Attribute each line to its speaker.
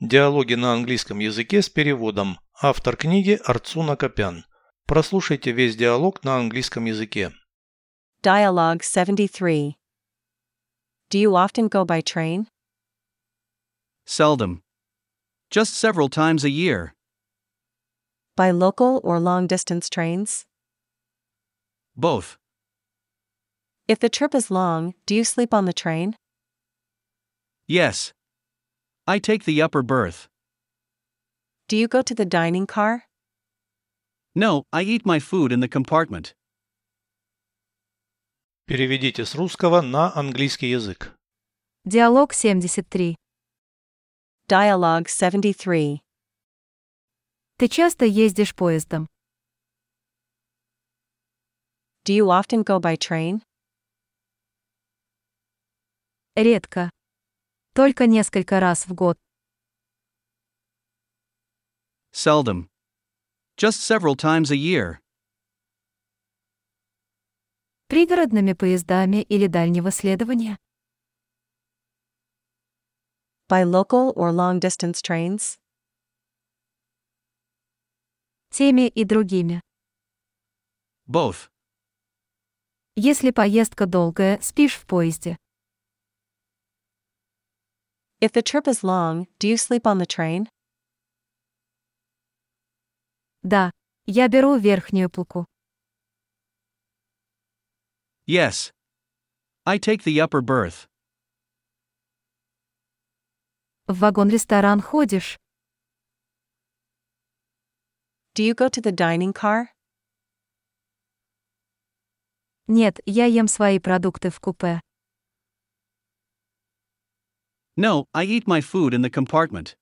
Speaker 1: Диалоги на английском языке с переводом. Автор книги Арцуна Копян. Прослушайте весь диалог на английском языке.
Speaker 2: Dialogue 73. Do you often go by train?
Speaker 3: Seldom. Just several times a year.
Speaker 2: By local or long distance trains?
Speaker 3: Both.
Speaker 2: If the trip is long, do you sleep on the train?
Speaker 3: Yes. I take the upper berth.
Speaker 2: Do you go to the dining car?
Speaker 3: No, I eat my food in the compartment.
Speaker 1: Переведите с русского на английский язык.
Speaker 4: Диалог 73.
Speaker 2: Dialogue 73.
Speaker 4: Ты часто ездишь поездом?
Speaker 2: Do you often go by train?
Speaker 4: Редко. Только несколько раз в год.
Speaker 3: Seldom. Just several times a year.
Speaker 4: Пригородными поездами или дальнего следования?
Speaker 2: By local or long distance trains?
Speaker 4: Теми и другими.
Speaker 3: Both.
Speaker 4: Если поездка долгая, спишь в поезде.
Speaker 2: If the trip is long, do you sleep on the train?
Speaker 4: Да. Я беру верхнюю полку.
Speaker 3: Yes. I take the upper berth.
Speaker 4: В вагон-ресторан ходишь?
Speaker 2: Do you go to the dining car?
Speaker 4: Нет, я ем свои продукты в купе.
Speaker 3: No, I eat my food in the compartment.